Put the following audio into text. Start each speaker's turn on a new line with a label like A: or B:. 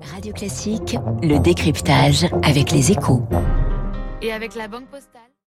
A: Radio Classique, le décryptage avec les échos.
B: Et avec la Banque Postale.